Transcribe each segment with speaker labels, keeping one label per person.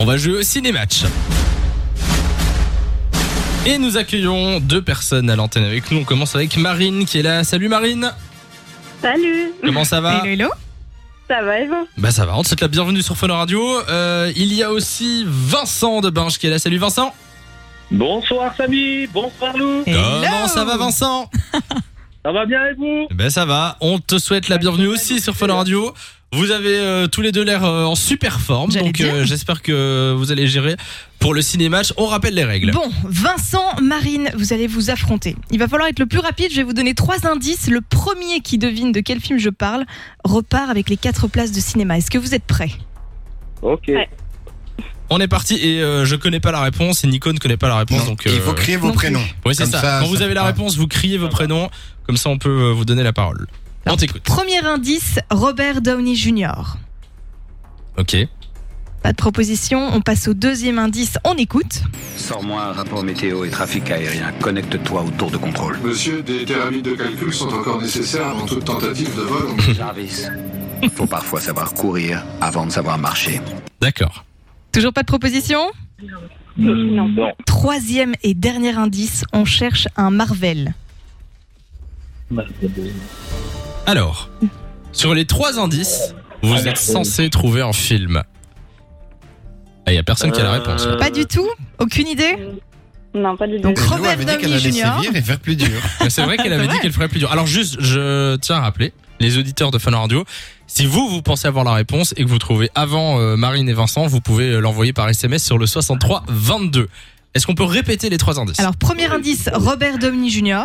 Speaker 1: On va jouer au ciné-match. Et nous accueillons deux personnes à l'antenne avec nous. On commence avec Marine qui est là. Salut Marine,
Speaker 2: Salut,
Speaker 1: comment ça va
Speaker 3: Hello, hello.
Speaker 2: ça va Evan
Speaker 1: Bah ça va, on te souhaite la bienvenue sur Fun Radio. Euh, il y a aussi Vincent de Binge qui est là. Salut Vincent
Speaker 4: Bonsoir Samy, bonsoir Lou,
Speaker 1: Comment ça va Vincent
Speaker 4: ça va bien et vous
Speaker 1: Ben ça va, on te souhaite la bienvenue aussi sur Fun Radio. Vous avez euh, tous les deux l'air euh, en super forme,
Speaker 3: J'allais
Speaker 1: donc euh, j'espère que vous allez gérer pour le ciné-match. On rappelle les règles.
Speaker 3: Bon, Vincent, Marine, vous allez vous affronter. Il va falloir être le plus rapide. Je vais vous donner trois indices. Le premier qui devine de quel film je parle repart avec les quatre places de cinéma. Est-ce que vous êtes prêts
Speaker 4: Ok.
Speaker 2: Ouais.
Speaker 1: On est parti et euh, je connais pas la réponse et Nico ne connaît pas la réponse,
Speaker 5: Non,
Speaker 1: donc...
Speaker 5: il
Speaker 1: euh,
Speaker 5: faut crier vos
Speaker 3: non plus.
Speaker 5: prénoms.
Speaker 1: Oui, c'est
Speaker 5: Comme
Speaker 1: ça.
Speaker 5: ça,
Speaker 1: Quand
Speaker 5: ça
Speaker 1: vous
Speaker 5: fait
Speaker 1: avez la
Speaker 5: pas.
Speaker 1: réponse, vous criez vos
Speaker 4: Ça va.
Speaker 1: prénoms. Comme ça, on peut euh, vous donner la parole. On
Speaker 3: Alors,
Speaker 1: t'écoute.
Speaker 3: Premier indice, Robert Downey Jr.
Speaker 1: Ok.
Speaker 3: Pas de proposition. On passe au deuxième indice. On écoute.
Speaker 6: Sors-moi un rapport météo et trafic aérien. Connecte-toi au tour de contrôle.
Speaker 7: Monsieur, des thérapies de calcul sont encore nécessaires avant toute tentative de vol.
Speaker 6: Jarvis. Faut parfois savoir courir avant de savoir marcher.
Speaker 1: D'accord.
Speaker 3: Toujours pas de proposition.
Speaker 2: Non.
Speaker 4: Non.
Speaker 3: Troisième et dernier indice. On cherche un Marvel.
Speaker 1: Alors, sur les trois indices, vous
Speaker 3: Euh.
Speaker 1: êtes censé trouver un film. Il y a personne qui a la réponse. là.
Speaker 4: Euh,
Speaker 3: Pas du tout. Aucune idée.
Speaker 2: Non, pas du tout.
Speaker 3: Donc
Speaker 5: Et Lou
Speaker 3: Robert
Speaker 5: Euh, avait dit qu'elle
Speaker 3: Downey
Speaker 5: allait
Speaker 3: Jr.
Speaker 5: sévir et faire plus dur.
Speaker 1: Mais C'est vrai qu'elle avait
Speaker 3: C'est
Speaker 1: dit
Speaker 3: vrai.
Speaker 1: qu'elle ferait plus dur. Alors juste, je tiens à rappeler les auditeurs de Fun Radio, si vous vous pensez avoir la réponse et que vous trouvez avant euh, Marine et Vincent, vous pouvez euh, l'envoyer par SMS sur le 63 22. Est-ce qu'on peut répéter les trois indices
Speaker 3: Alors, premier indice, Robert Downey Jr.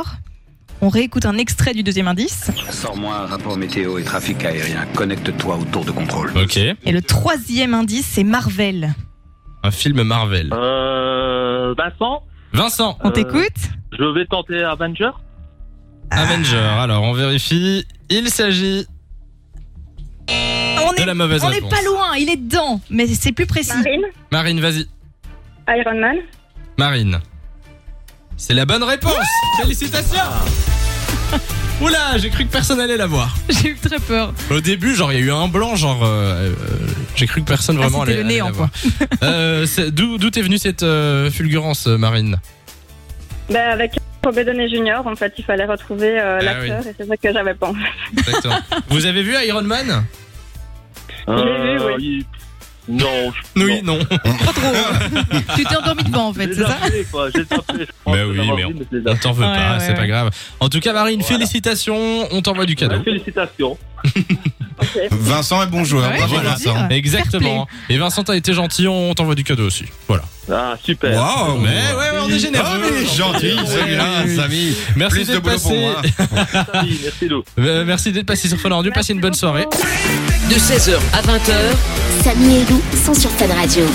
Speaker 3: On réécoute un extrait du deuxième indice.
Speaker 6: Sors-moi un rapport météo et trafic aérien. Connecte-toi au tour de contrôle.
Speaker 1: Ok.
Speaker 3: Et le troisième indice, c'est Marvel.
Speaker 1: Un film Marvel.
Speaker 4: Euh, Vincent,
Speaker 1: Vincent.
Speaker 3: On
Speaker 4: Euh,
Speaker 3: t'écoute
Speaker 4: je vais tenter Avenger.
Speaker 3: Ah.
Speaker 1: Avenger, alors on vérifie. Il s'agit
Speaker 3: On
Speaker 1: de
Speaker 3: est,
Speaker 1: la mauvaise
Speaker 3: on est
Speaker 1: réponse.
Speaker 3: pas loin, il est dedans, mais c'est plus précis.
Speaker 2: Marine,
Speaker 1: Marine, vas-y.
Speaker 2: Iron Man.
Speaker 1: Marine. C'est la bonne réponse Félicitations Oula, j'ai cru que personne allait la voir.
Speaker 3: Bah, J'ai eu très peur.
Speaker 1: Au début, genre, il y a eu un blanc, genre, euh, euh, j'ai cru que personne vraiment
Speaker 3: Ah,
Speaker 1: allait,
Speaker 3: c'était le
Speaker 1: allait
Speaker 3: néant,
Speaker 1: la voir. Euh, c'est- D'où d'où t'es venue cette euh, fulgurance, euh, Marine
Speaker 2: Ben, avec Robert Downey Jr., en fait, il fallait retrouver euh,
Speaker 1: Ah
Speaker 2: l'acteur et c'est ça que j'avais pas.
Speaker 1: Exactement. Vous avez vu Iron Man
Speaker 2: l'ai vu,
Speaker 4: Euh, il- Non, je... non.
Speaker 1: non.
Speaker 3: Pas trop. hein. tu t'es endormi devant, en
Speaker 4: Je
Speaker 3: fait,
Speaker 4: les
Speaker 3: c'est ça
Speaker 4: appelais, quoi, je les appelais, je pense
Speaker 1: Bah oui,
Speaker 4: l'avoir
Speaker 1: mais
Speaker 4: vu, je les
Speaker 1: On
Speaker 4: appelais.
Speaker 1: t'en veut
Speaker 3: Ouais,
Speaker 1: pas,
Speaker 3: ouais,
Speaker 1: c'est pas
Speaker 3: ouais.
Speaker 1: grave. En tout cas, Marine,
Speaker 4: Voilà.
Speaker 1: félicitations, on t'envoie du cadeau.
Speaker 4: Félicitations.
Speaker 5: Vincent est bon joueur.
Speaker 3: Ouais,
Speaker 5: bravo
Speaker 3: j'ai envie de
Speaker 5: Vincent.
Speaker 3: dire.
Speaker 1: Exactement. Et Vincent, t'as été gentil, on t'envoie du cadeau aussi. Voilà.
Speaker 4: Ah, super.
Speaker 5: Waouh,
Speaker 1: Mais ouais, ouais, on est généreux.
Speaker 3: Ah,
Speaker 5: Oh, mais il est gentil,
Speaker 1: Ouais,
Speaker 5: celui-là,
Speaker 1: ouais, ouais.
Speaker 5: Samy.
Speaker 1: Merci
Speaker 5: Plus de
Speaker 1: d'être
Speaker 5: boulot pour
Speaker 1: passé.
Speaker 5: moi.
Speaker 4: Merci, merci Lou.
Speaker 1: Euh, merci d'être passé sur Fun Radio. Passez une bonne soirée.
Speaker 8: De 16h à 20h,
Speaker 9: Samy et Lou sont sur Fan Radio.